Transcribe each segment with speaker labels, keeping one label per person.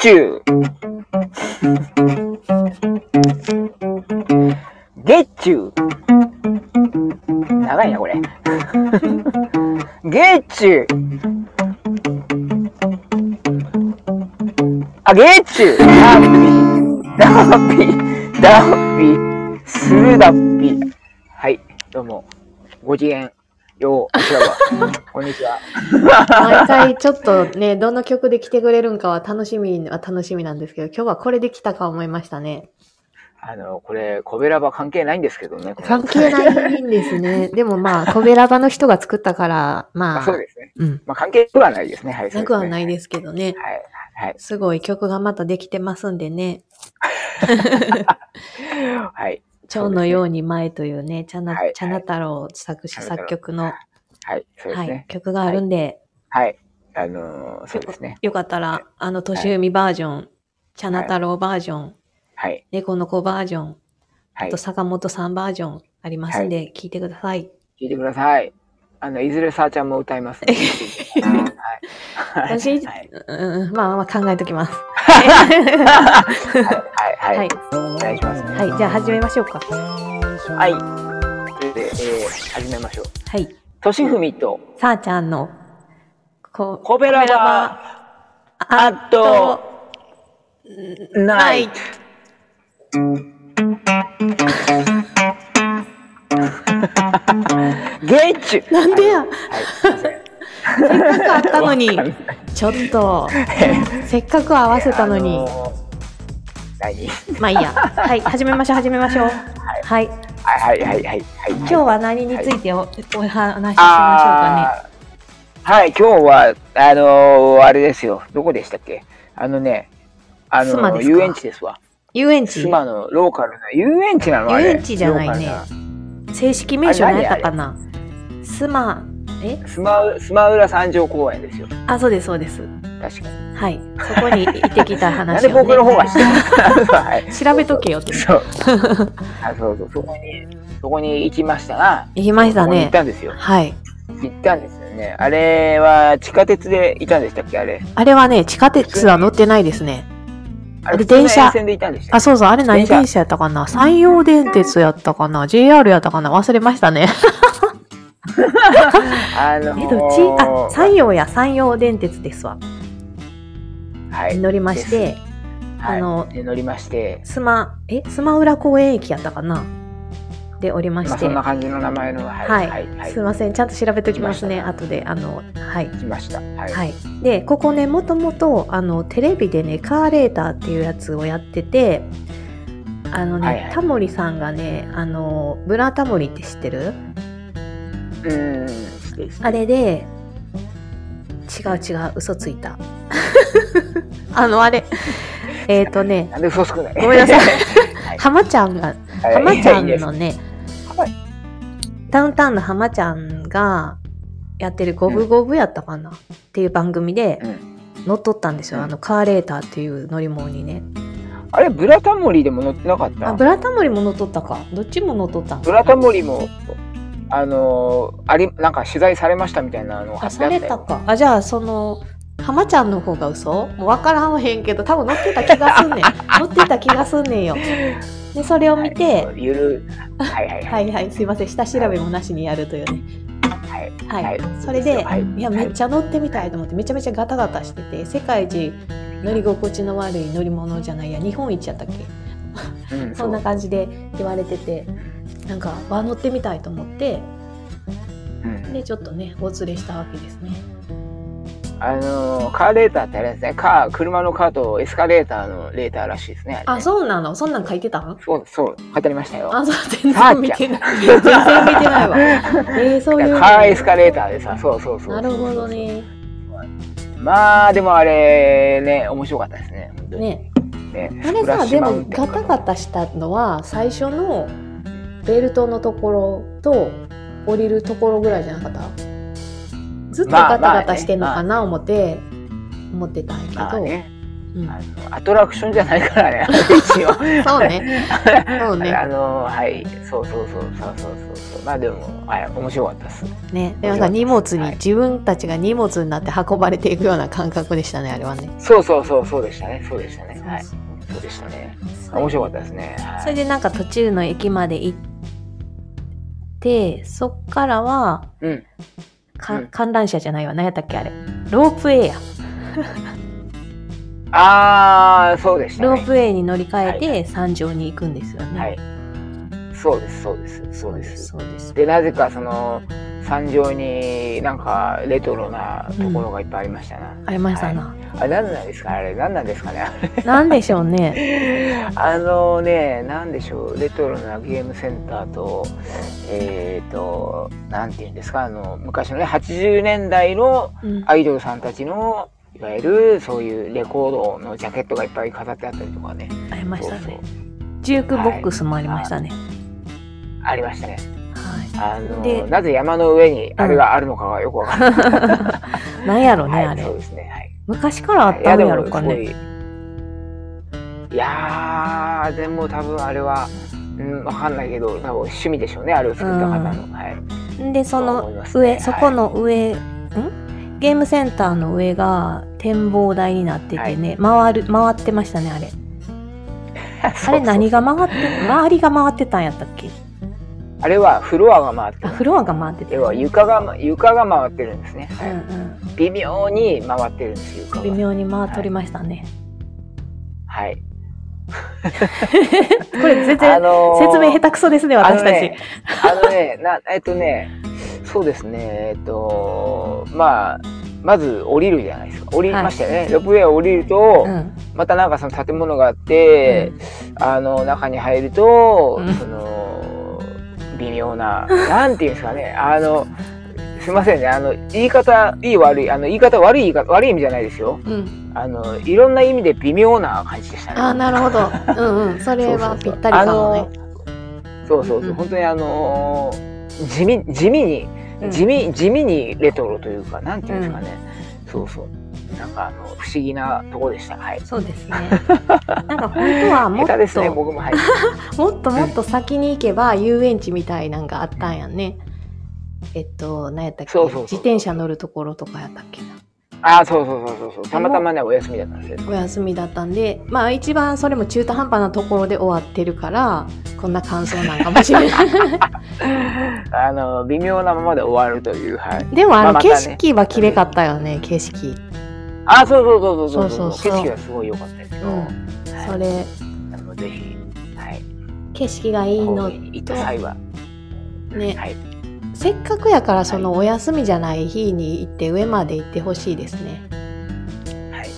Speaker 1: チュー。ゲッチュー。長いな、これ。ゲッチュー。あ、ゲッチュー。ダッピー。ダッピー。ダッピー。スルダッピー。はい、どうも。ご機嫌よう、こちら は。こんにちは。
Speaker 2: 毎回ちょっとね、どの曲で来てくれるんかは楽しみは楽しみなんですけど、今日はこれで来たか思いましたね。
Speaker 1: あの、これ、コベラバ関係ないんですけどね。この
Speaker 2: 関係ないんですね。でもまあ、コベラバの人が作ったから、ま
Speaker 1: あ
Speaker 2: あ、
Speaker 1: そうですね。
Speaker 2: うん、
Speaker 1: まあ、関係なくはないですね。はい。
Speaker 2: なくはない
Speaker 1: す。
Speaker 2: ですけどね。
Speaker 1: はい。はい。
Speaker 2: すごい曲がまたできてますんでね。
Speaker 1: はい。
Speaker 2: 蝶のように前というね、茶
Speaker 1: はいは
Speaker 2: ない茶な太郎作詞作曲の、
Speaker 1: はい。そうで
Speaker 2: は
Speaker 1: す
Speaker 2: い
Speaker 1: ね。、
Speaker 2: 曲があるんで、
Speaker 1: はい。あのー、そうですね。
Speaker 2: よかったら、あの、年海バージョン、茶な太郎バージョン、
Speaker 1: はい。
Speaker 2: 猫の子バージョン、
Speaker 1: は
Speaker 2: あ
Speaker 1: い。
Speaker 2: と
Speaker 1: 聞
Speaker 2: 坂本さんバージョンありますんで、聞いてください。
Speaker 1: いてください。あの、いずれさーちゃんも歌い ますんで。はい。はい。
Speaker 2: 私、
Speaker 1: はい。
Speaker 2: うん、まあまあ考えときます。
Speaker 1: はい。
Speaker 2: は
Speaker 1: はいい。。お願いします。
Speaker 2: はい、じゃあ始めましょうか。
Speaker 1: はい。それで、えー、始めましょう。
Speaker 2: はい。
Speaker 1: としふみと、
Speaker 2: さあちゃんの、こ
Speaker 1: コベラバアット、ナイト。ゲッチ ュ
Speaker 2: なんでや、
Speaker 1: はい、すいません。
Speaker 2: せっかくあったのに、ちょっ と、せっかく合わせたの
Speaker 1: あ
Speaker 2: に、
Speaker 1: のー何
Speaker 2: まあいいや。はい、始めましょう、始めましょう。はい。
Speaker 1: はいはいはいはい。今
Speaker 2: 今日は何についてお,、お話ししましょうか
Speaker 1: あーはい、今日は、あのーあれですよ。どこでしたっけあのね、あの
Speaker 2: スマ
Speaker 1: ー
Speaker 2: ですか
Speaker 1: 遊園地ですわ。
Speaker 2: ね。遊園地
Speaker 1: スマのローカルな、遊園地なのあれ
Speaker 2: 遊園地じゃないね
Speaker 1: ローカル
Speaker 2: 正式名称何やったかなスマ、え
Speaker 1: なスマウ、スマウラ三条公園ですよ。
Speaker 2: あ、そうです、そうです。
Speaker 1: 確かに。
Speaker 2: はい。そこに行ってきた
Speaker 1: なん
Speaker 2: 話
Speaker 1: で
Speaker 2: を、
Speaker 1: 僕の
Speaker 2: ね。
Speaker 1: 方がしてるはい。
Speaker 2: 調べとけよって。
Speaker 1: そう。あそうそう、そこに、そこに行きましたが、
Speaker 2: 行きました
Speaker 1: そこに行
Speaker 2: ね
Speaker 1: っ。たんですよ。
Speaker 2: はい。
Speaker 1: 行ったんですよね。あれは地下鉄でいたんでしたっけあれ。
Speaker 2: あれはね、地下鉄は乗ってないですね。
Speaker 1: あれ
Speaker 2: で電車
Speaker 1: 普通の沿線でいたんでした
Speaker 2: あ、
Speaker 1: っけ
Speaker 2: そうそう、あれ何
Speaker 1: 電車
Speaker 2: 電車やったかな山陽電鉄やったかな ?JR やったかな忘れましたね。
Speaker 1: あの
Speaker 2: え、
Speaker 1: ー
Speaker 2: どっちあ、山陽や山陽電鉄ですわ。
Speaker 1: はい。
Speaker 2: 乗りまして、
Speaker 1: はい
Speaker 2: あの
Speaker 1: で乗りまして、
Speaker 2: スマ、え、スマ浦公園駅やったかなでおりま
Speaker 1: ま
Speaker 2: し
Speaker 1: あ、
Speaker 2: て。
Speaker 1: そんな感じの名前の、はい、
Speaker 2: はい、
Speaker 1: はい、はい
Speaker 2: すいません、ちゃんと調べときますね、
Speaker 1: 行きま
Speaker 2: 後で。あの、はい。
Speaker 1: 来ました。はい。
Speaker 2: はい、でここねもともとあのテレビでねカーレーターっていうやつをやっててあのね、
Speaker 1: はいはい
Speaker 2: タモリさんがねあのブラタモリって知ってる
Speaker 1: うーん。
Speaker 2: あれで違う違う嘘ついた あの あれえっ、とね
Speaker 1: なんで嘘つくない
Speaker 2: ごめんなさい
Speaker 1: はい
Speaker 2: 浜ちゃんが
Speaker 1: はい
Speaker 2: 浜ちゃん
Speaker 1: いいです
Speaker 2: のね
Speaker 1: は
Speaker 2: ダウンタウンの浜ちゃんがやってる「五分五分やったかな、っていう番組で
Speaker 1: うん
Speaker 2: 乗っ取ったんですよ、
Speaker 1: うん
Speaker 2: あのカーレーターっていう乗り物にね
Speaker 1: あれ、ブラタモリでも乗ってなかっ
Speaker 2: あ
Speaker 1: た
Speaker 2: ブラタモリも乗っ取ったかどっちも乗っ取ったん
Speaker 1: ブラタモリも、あのーあり、なんか取材されましたみたいなのを貼って
Speaker 2: あ
Speaker 1: あ
Speaker 2: さ
Speaker 1: った
Speaker 2: れ
Speaker 1: よ
Speaker 2: たかあじゃあその浜ちゃんの方が嘘もう分からんわへんけど多分乗ってた気がす んねん乗ってた気がすんねんよでそれを見て、
Speaker 1: はいゆる、はいはい
Speaker 2: は
Speaker 1: はい。
Speaker 2: いはいすいません下調べもなしにやるというね
Speaker 1: はい。
Speaker 2: はい、
Speaker 1: はい
Speaker 2: それで、
Speaker 1: はい
Speaker 2: い、やめっちゃ乗ってみたいと思って、めちゃめちゃガタガタしてて世界一乗り心地の悪い乗り物じゃないや日本一やったっけ
Speaker 1: うん、
Speaker 2: そんな感じで言われててなんかわあ乗ってみたいと思って
Speaker 1: そううん
Speaker 2: でちょっとねお連れしたわけですね
Speaker 1: あのーカーレーターってあれですねカー車のカーとエスカレーターのレーターらしいですねれね
Speaker 2: あそうなのそんなん書いてたん
Speaker 1: そうそう語りましたよ
Speaker 2: あそう全
Speaker 1: さあ
Speaker 2: 然見てない全然見てな いわえー、そういうの
Speaker 1: カーエスカレーターでさそうそうそう
Speaker 2: なるほどね
Speaker 1: まあでもあれね面白かったですね本当に
Speaker 2: ね
Speaker 1: ね
Speaker 2: あれ
Speaker 1: スプラ
Speaker 2: さ
Speaker 1: ッシュ
Speaker 2: で
Speaker 1: マウ
Speaker 2: も
Speaker 1: ンテン
Speaker 2: ガタガタしたのは最初のベルトのところと降りるところぐらいじゃなかったずっとガタガタしてんのかな思って思ってたんやけど、
Speaker 1: まあね
Speaker 2: うん
Speaker 1: あのアトラクションじゃないからね一応
Speaker 2: そうね。 そうね。
Speaker 1: あのはいそうそうそうそうそうそうそうまあでもはい面白かったです
Speaker 2: ね。でもさ、荷物
Speaker 1: はい
Speaker 2: に、自分たちが荷物になって運ばれていくような感覚でしたね、あれはね。
Speaker 1: そうそうそうそうでしたねそうでしたねはい
Speaker 2: そう
Speaker 1: そうでしたね
Speaker 2: そう
Speaker 1: 面白かったですねはい
Speaker 2: それでなんか途中の駅まで行って、そっからは、
Speaker 1: うん
Speaker 2: か
Speaker 1: うん
Speaker 2: 観覧車じゃないわ。何やったっけあれ。ロープウェイや。
Speaker 1: ああそうでしたね
Speaker 2: ロープウェイに乗り換え
Speaker 1: は
Speaker 2: て山上に行くんですよね。
Speaker 1: はいそうですそうですそうです
Speaker 2: そうです。
Speaker 1: でなぜかその山上になんかレトロなところがいっぱいありましたな、
Speaker 2: ありましたな。
Speaker 1: あれ何なんですかあれ何なんですかね あれ
Speaker 2: なんでしょうね。
Speaker 1: あのね何でしょうレトロなゲームセンターとえっ、となんていうんですかあの昔のね80年代の
Speaker 2: うん
Speaker 1: アイドルさんたちのいわゆるそういうレコードのジャケットがいっぱい飾ってあったりとかね
Speaker 2: ありまし
Speaker 1: そ
Speaker 2: た
Speaker 1: うそ
Speaker 2: ね
Speaker 1: う。
Speaker 2: ジュークボックスもありましたね。
Speaker 1: ありましたね
Speaker 2: はい。
Speaker 1: あの
Speaker 2: で
Speaker 1: なぜ山の上にあれがあるのかがよくわからない、
Speaker 2: なんやろね、あ
Speaker 1: はい、
Speaker 2: れ
Speaker 1: そ。うですねはい
Speaker 2: 昔からあったんやろか
Speaker 1: い
Speaker 2: ね。
Speaker 1: やでもすごいいやーでも多分あれは、うん、わかんないけど多分趣味でしょうねあれを作った方の、はい
Speaker 2: で、そ
Speaker 1: そう思
Speaker 2: の
Speaker 1: いますねは
Speaker 2: 上、
Speaker 1: い
Speaker 2: そこの上、んゲームセンターの上が展望台になっててね、回る、回ってましたね、あれ。 あれ何が 回って、周りが回ってたんやったっけ
Speaker 1: あれはフロアが回って
Speaker 2: あ、
Speaker 1: る
Speaker 2: フロアが回ってた
Speaker 1: 要は
Speaker 2: よね。
Speaker 1: 床が床が回ってるんですね、
Speaker 2: う
Speaker 1: はい
Speaker 2: ん
Speaker 1: 微妙に回ってるんです床
Speaker 2: うん。
Speaker 1: が
Speaker 2: 微妙に回っとりましたね。
Speaker 1: はい
Speaker 2: これ全
Speaker 1: あ
Speaker 2: 然
Speaker 1: のー
Speaker 2: 説明下手くそですね、私た
Speaker 1: あ
Speaker 2: ち。
Speaker 1: のねあのねなえっとねそうですねえっとまあまず降りるじゃないですか降りましたよね、ロープウェイを降りると、
Speaker 2: うん。
Speaker 1: またなんかその建物があって、あの中に入ると、
Speaker 2: うん
Speaker 1: その微妙ななんていうんですかねあのすいませんねあの言い方いい悪いあの言い方悪い言い方悪い意味じゃないですよ
Speaker 2: うん。
Speaker 1: あのいろんな意味で微妙な感じでしたね。
Speaker 2: あー、なるほど。うんうん。それはぴったりかもね。
Speaker 1: あのそうそうそう、
Speaker 2: うん
Speaker 1: 本当にあの地味地味に、
Speaker 2: うん
Speaker 1: 地味地味にレトロというかなんていうんですかね、そうそうなんかあの不思議なとこでしたはい
Speaker 2: そうですね。なんか本当はもっ
Speaker 1: 下手です
Speaker 2: と、
Speaker 1: ね僕もはい
Speaker 2: もっともっと先に行けば遊園地みたいなんがあったんやね。えっと、何やったっけ
Speaker 1: そうそうそう
Speaker 2: 自転車乗るところとかやったっけな。
Speaker 1: あそうそうそうそうそうたまたまねお休みだったんですよ
Speaker 2: お休みだったんで、まあ一番それも中途半端なところで終わってるから、こんな感想なんかもしれ ない。
Speaker 1: あの微妙なままで終わるというはい
Speaker 2: でもあ
Speaker 1: ま
Speaker 2: の、
Speaker 1: あまた
Speaker 2: 景
Speaker 1: ね
Speaker 2: 色は綺麗かったよね、景色。
Speaker 1: あそうそうそうそうそう
Speaker 2: そうそうそう
Speaker 1: 景色がすごい良かったですよ、
Speaker 2: うんそ
Speaker 1: は
Speaker 2: れ、
Speaker 1: い、あのぜひはい
Speaker 2: 景色がいいの
Speaker 1: 神戸に行った際は
Speaker 2: ね、
Speaker 1: はい
Speaker 2: せっかくやからそのお休みじゃない日に行って上まで行ってほしいですね。
Speaker 1: はい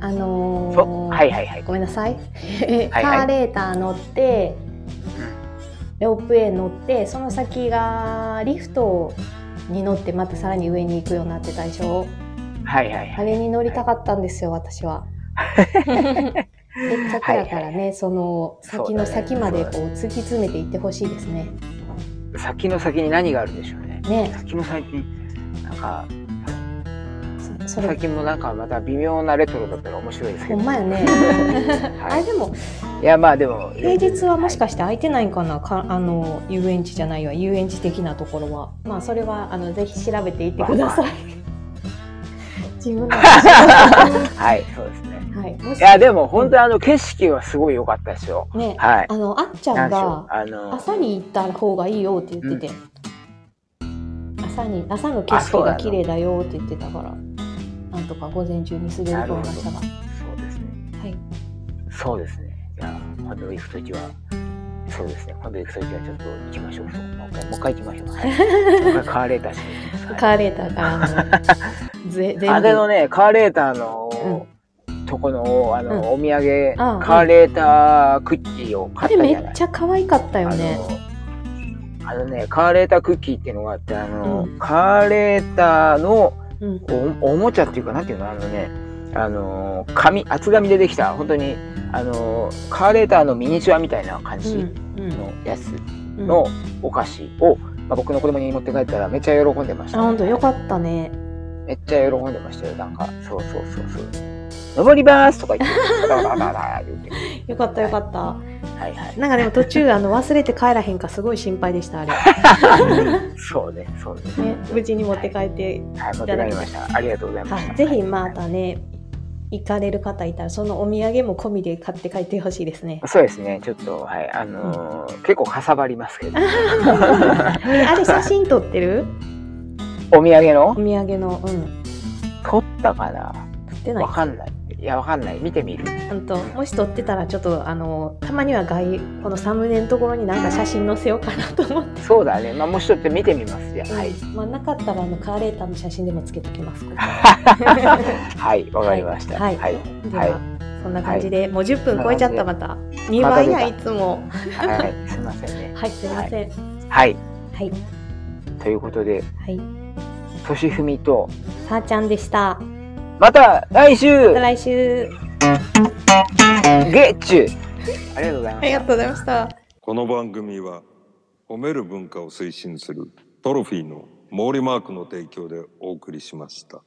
Speaker 2: あのー
Speaker 1: そうはいはいはい
Speaker 2: ごめんなさい。カ
Speaker 1: はい
Speaker 2: ーレーター乗って、ロープウェイ乗って、その先がリフトに乗ってまたさらに上に行くようになってたでしょ。
Speaker 1: はいはい
Speaker 2: あ
Speaker 1: はい
Speaker 2: れに乗りたかったんですよ、私は。せっかくやからね、その先の先までこう突き詰めていってほしいですね。
Speaker 1: 先の先に何があるんでしょうね
Speaker 2: ね、
Speaker 1: 先の先になんか
Speaker 2: そそれ
Speaker 1: 先もなんかまた微妙なレトロだったら面白いですけ
Speaker 2: ほ
Speaker 1: ど
Speaker 2: んまやね。あ
Speaker 1: は
Speaker 2: れ
Speaker 1: い、
Speaker 2: でも
Speaker 1: いやまあでも
Speaker 2: 平日はもしかして空いてないんかなかあの遊園地じゃないわ遊園地的なところはまあそれはあのぜひ調べていってください自分の
Speaker 1: はいそうですね
Speaker 2: はいもし
Speaker 1: いやでも本当にあの景色はすごい良かったですよ
Speaker 2: ね
Speaker 1: はい
Speaker 2: あのあっちゃ
Speaker 1: なんんでしょう
Speaker 2: が
Speaker 1: あの
Speaker 2: 朝に行った方がいいよって言ってて、朝に朝の景色が綺麗だよって言ってたからなんとか午前中に滑り込みましたが
Speaker 1: そうですね
Speaker 2: はい
Speaker 1: そうですねいや今度行くときはそうですね今度行くときはちょっと行きましょうそうもう一回もう一回行きましょう、 はい、もう一回カーレーターしてみます、はい
Speaker 2: カーレーターか らのぜ全部
Speaker 1: あれのねカーレーターの、とこのあの、お土産
Speaker 2: あうん
Speaker 1: カーレータークッキーを
Speaker 2: あ
Speaker 1: 買
Speaker 2: れ
Speaker 1: ったじ
Speaker 2: め
Speaker 1: ゃない
Speaker 2: っちゃ可愛かったよね
Speaker 1: あのあのねカーレータークッキーっていうのがあってあの、
Speaker 2: うん
Speaker 1: カーレーターの
Speaker 2: うん
Speaker 1: おおもちゃっていうかなんていうのあのねあの紙厚紙でできた本当にあのカーレーターのミニチュアみたいな感
Speaker 2: う
Speaker 1: じ
Speaker 2: ん
Speaker 1: のやつ
Speaker 2: うん
Speaker 1: のお菓子を、まあ、僕の子供に持って帰ったらめっちゃ喜んでまし
Speaker 2: あ
Speaker 1: た、
Speaker 2: 本当よかったね。
Speaker 1: めっちゃ喜んでましたよなんかそうそうそうそう登りますとか言って、バタバタバタバタ言って。
Speaker 2: よかったよかった。
Speaker 1: はいはい。
Speaker 2: なんかでも途中あの忘れて帰らへんかすごい心配で したあれ。
Speaker 1: そうね、そうね。
Speaker 2: ね、無事に持って帰って、
Speaker 1: はい、持って帰りました。ありがとうございまし
Speaker 2: は
Speaker 1: た。
Speaker 2: い、ぜひまたね行かれる方いたらそのお土産も込みで買って帰ってほしいですね。
Speaker 1: そうですね、ちょっと、はい、あのー結構かさばりますけど、
Speaker 2: えあれ写真撮ってる？
Speaker 1: お土産の
Speaker 2: お土産のうん
Speaker 1: 取ったかな
Speaker 2: 撮ってない
Speaker 1: わ。かんない。いや、わかんない。見てみる。
Speaker 2: うんともし撮ってたらちょっとあのたまには外このサムネのところになんか写真載せようかなと思って。
Speaker 1: そうだね、まあ、もうちょっと見てみます。じゃあはい。
Speaker 2: まあなかったらあのカーレーターの写真でもつけときます。ここ
Speaker 1: はい、わかりました。
Speaker 2: は
Speaker 1: はいい。
Speaker 2: は
Speaker 1: はいい。
Speaker 2: ではそんな感じで、もう10分超えちゃったまた2
Speaker 1: また
Speaker 2: 倍
Speaker 1: 出
Speaker 2: や
Speaker 1: た
Speaker 2: いつも
Speaker 1: すいませんね。
Speaker 2: はいすいません
Speaker 1: はい。
Speaker 2: はい
Speaker 1: ということで、
Speaker 2: はい
Speaker 1: としふみと、
Speaker 2: さあちゃんでした
Speaker 1: また来週
Speaker 2: また来週
Speaker 1: 月中ありがとうございまし
Speaker 2: あ
Speaker 1: た
Speaker 2: り。がとうございました
Speaker 3: この番組は褒める文化を推進するトロフィーの毛利マークの提供でお送りしました。